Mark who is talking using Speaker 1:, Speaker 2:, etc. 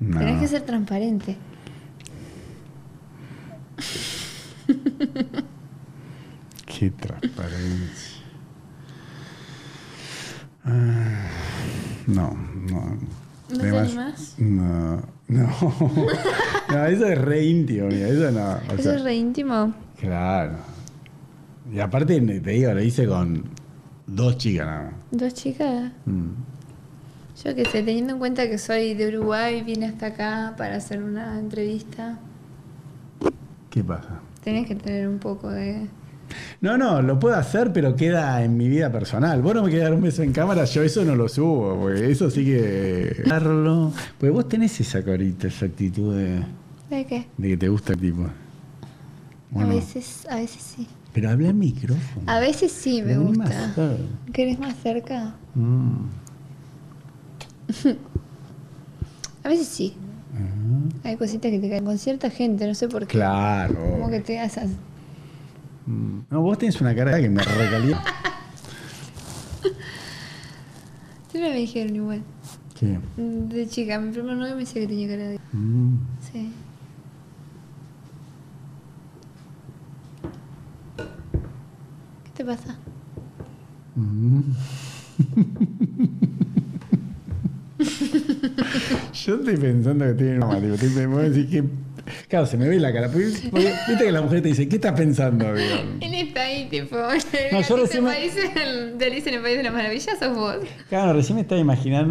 Speaker 1: No.
Speaker 2: Tenés que ser transparente.
Speaker 1: Qué transparencia. Ah, no, no.
Speaker 2: ¿No te
Speaker 1: Además-
Speaker 2: animás?
Speaker 1: No, no. no, eso es re íntimo, mira, eso no. o
Speaker 2: Eso
Speaker 1: sea,
Speaker 2: es re íntimo.
Speaker 1: Claro. Y aparte, te digo, lo hice con dos chicas nada más.
Speaker 2: Dos chicas.
Speaker 1: Mm.
Speaker 2: Yo qué sé, teniendo en cuenta que soy de Uruguay, vine hasta acá para hacer una entrevista.
Speaker 1: ¿Qué pasa?
Speaker 2: Tenés que tener un poco de.
Speaker 1: No, no, lo puedo hacer, pero queda en mi vida personal. Vos no me querés dar un beso en cámara, yo eso no lo subo, porque eso sí que. Darlo. Porque vos tenés esa carita, esa actitud de,
Speaker 2: ¿De qué?
Speaker 1: de que te gusta el tipo. ¿O no?
Speaker 2: A veces, a veces sí.
Speaker 1: Pero habla al micrófono.
Speaker 2: A veces sí me
Speaker 1: Vení
Speaker 2: gusta.
Speaker 1: más cerca.
Speaker 2: ¿Querés más cerca?
Speaker 1: Mm.
Speaker 2: A veces sí.
Speaker 1: Ajá.
Speaker 2: Hay cositas que te caen con cierta gente, no sé por qué.
Speaker 1: Claro.
Speaker 2: Como que te haces.
Speaker 1: Mm. No, vos tenés una cara que me recalienta.
Speaker 2: Siempre me dijeron igual.
Speaker 1: ¿Qué?
Speaker 2: De chica, mi primer novio me decía que tenía cara de.
Speaker 1: Mm.
Speaker 2: Sí. ¿Qué te pasa?
Speaker 1: Mm. Yo estoy pensando que tiene una tipo, estoy- me voy a decir que. Claro, se me ve la cara. porque- porque Viste que la mujer te dice, ¿qué estás pensando? digo?
Speaker 2: Él está ahí, tipo. El gatito
Speaker 1: recién me-
Speaker 2: país, el, de Alicia en el País de las Maravillas sos vos.
Speaker 1: Claro, recién me estaba imaginando